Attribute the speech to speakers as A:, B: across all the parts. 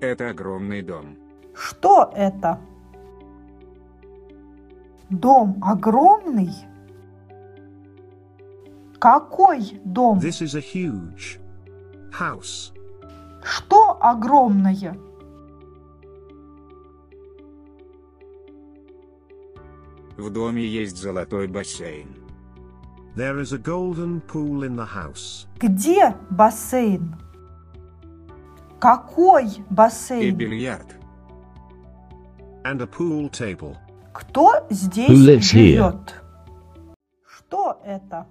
A: Это огромный дом.
B: Что это? Дом огромный? Какой дом?
C: This is a huge house.
B: Что огромное?
A: В доме есть золотой бассейн.
C: There is a golden pool in the house.
B: Где бассейн? Какой
A: И
B: бассейн?
A: бильярд.
C: And a pool table.
B: Кто здесь
D: Who lives here?
B: живет? Что это?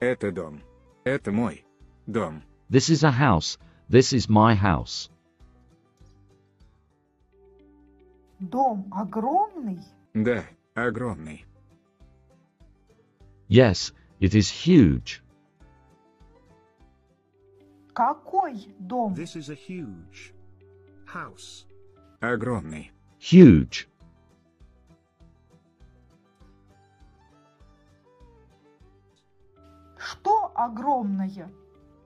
A: Это дом. Это мой дом.
D: This is a house. This is my house.
B: Дом огромный?
A: Да, огромный.
D: Yes, it is huge.
B: Какой дом?
C: This is a huge house.
A: Огромный.
D: Huge.
B: Что огромное?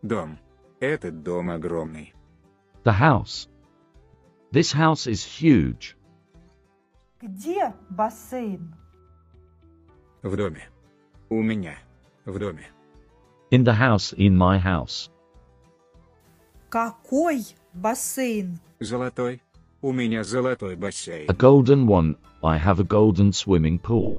A: Дом. Этот дом огромный.
D: The house. This house is huge.
B: Где бассейн?
A: В доме. У меня. В доме.
D: In the house, in my house.
B: Какой бассейн?
A: Золотой. У меня золотой бассейн.
D: A golden one. I have a golden swimming pool.